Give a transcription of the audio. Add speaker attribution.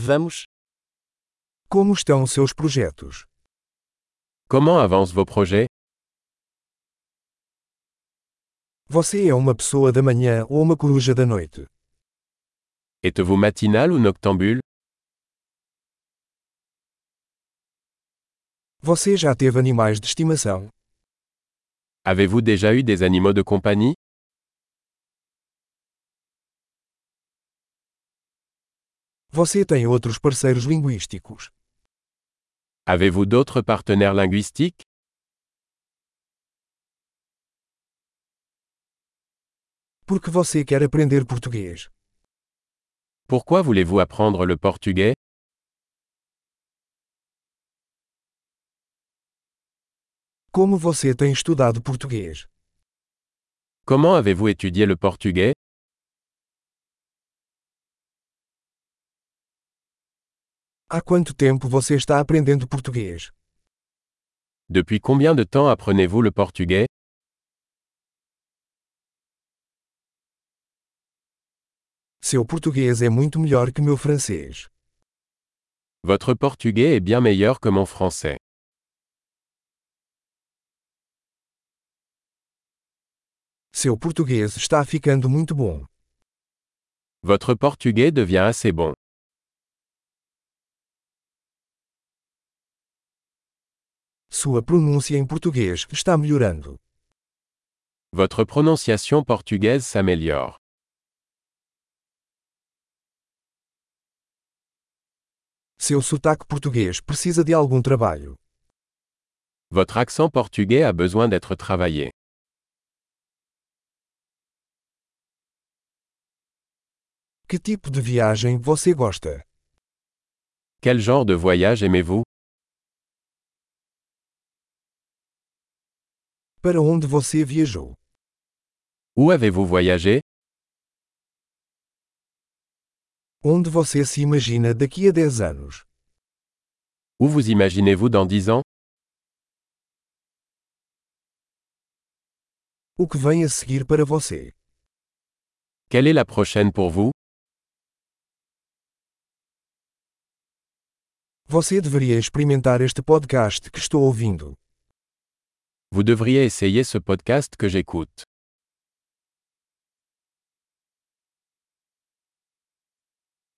Speaker 1: Vamos.
Speaker 2: Como estão seus projetos?
Speaker 3: Comment avancent vos projets
Speaker 2: Você é uma pessoa da manhã ou uma coruja da noite?
Speaker 3: Êtes-vous matinal ou noctambule
Speaker 2: Você já teve animais de estimação?
Speaker 3: Avez-vous déjà eu des animaux de compagnie
Speaker 2: Você tem outros parceiros linguísticos?
Speaker 3: Avez-vous d'autres partenaires linguistiques
Speaker 2: Por que você quer aprender português?
Speaker 3: Pourquoi voulez-vous apprendre le portugais
Speaker 2: Como você tem estudado português?
Speaker 3: Comment avez-vous étudié le portugais
Speaker 2: Há quanto tempo você está aprendendo português?
Speaker 3: Depuis combien de temps apprenez-vous le portugais
Speaker 2: Seu português é muito melhor que meu francês.
Speaker 3: Votre portugais est bien meilleur que mon français.
Speaker 2: Seu português está ficando muito bom.
Speaker 3: Votre portugais devient assez bon.
Speaker 2: Sua pronúncia em português está melhorando.
Speaker 3: Votre prononciation portugaise s'améliore.
Speaker 2: Seu sotaque português precisa de algum trabalho.
Speaker 3: Votre accent portugais a besoin d'être travaillé.
Speaker 2: Que tipo de viagem você gosta?
Speaker 3: Quel genre de voyage aimez-vous
Speaker 2: Para onde você viajou?
Speaker 3: Où avez-vous voyagé
Speaker 2: Onde você se imagina daqui a 10 anos?
Speaker 3: Où vous imaginez-vous dans 10 ans
Speaker 2: O que vem a seguir para você?
Speaker 3: Quelle est la prochaine pour vous
Speaker 2: Você deveria experimentar este podcast que estou ouvindo.
Speaker 3: Vous devriez essayer ce podcast que j'écoute.